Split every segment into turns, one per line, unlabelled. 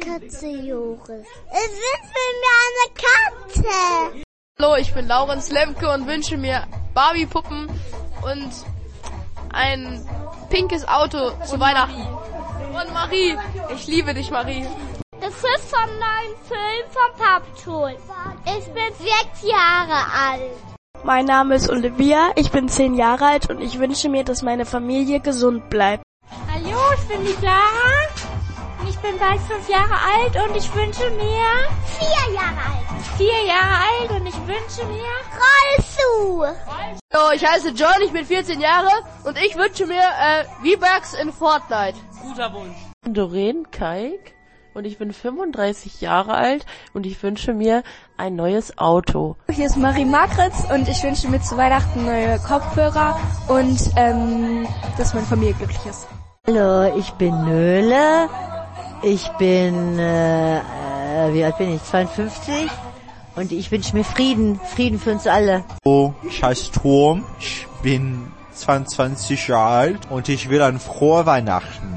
Katze, Joris. Ich wünsche mir eine Katze.
Hallo, ich bin Laurenz Lemke und wünsche mir Barbie-Puppen und ein pinkes Auto zu Weihnachten. Und Marie, ich liebe dich, Marie.
Das ist vom neuen Film von Papptool.
Ich bin sechs Jahre alt.
Mein Name ist Olivia, ich bin zehn Jahre alt und ich wünsche mir, dass meine Familie gesund bleibt.
Hallo, ich bin die Clara. Ich bin bald fünf Jahre alt und ich wünsche mir
Vier Jahre alt.
vier Jahre alt und ich wünsche mir
Rollsu.
Hallo, ich heiße John, ich bin 14 Jahre und ich wünsche mir äh, V-Bucks in Fortnite.
Guter Wunsch.
bin Doreen Kalk und ich bin 35 Jahre alt und ich wünsche mir ein neues Auto.
Hier ist Marie Markritz und ich wünsche mir zu Weihnachten neue Kopfhörer und ähm, dass meine Familie glücklich ist.
Hallo, ich bin Nöle. Ich bin, äh, äh, wie alt bin ich? 52. Und ich wünsche mir Frieden. Frieden für uns alle.
Hallo, ich heiße Oh, Turm, ich bin 22 Jahre alt und ich will ein frohe Weihnachten.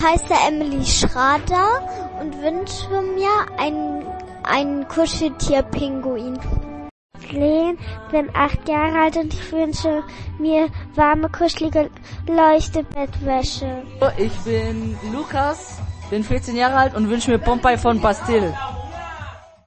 Ich heiße Emily Schrader und wünsche mir einen, einen Kuscheltier-Pinguin.
Lehn, bin acht Jahre alt und ich wünsche mir warme, kuschelige Leuchtebettwäsche.
Ich bin Lukas, bin 14 Jahre alt und wünsche mir Pompeii von Bastille.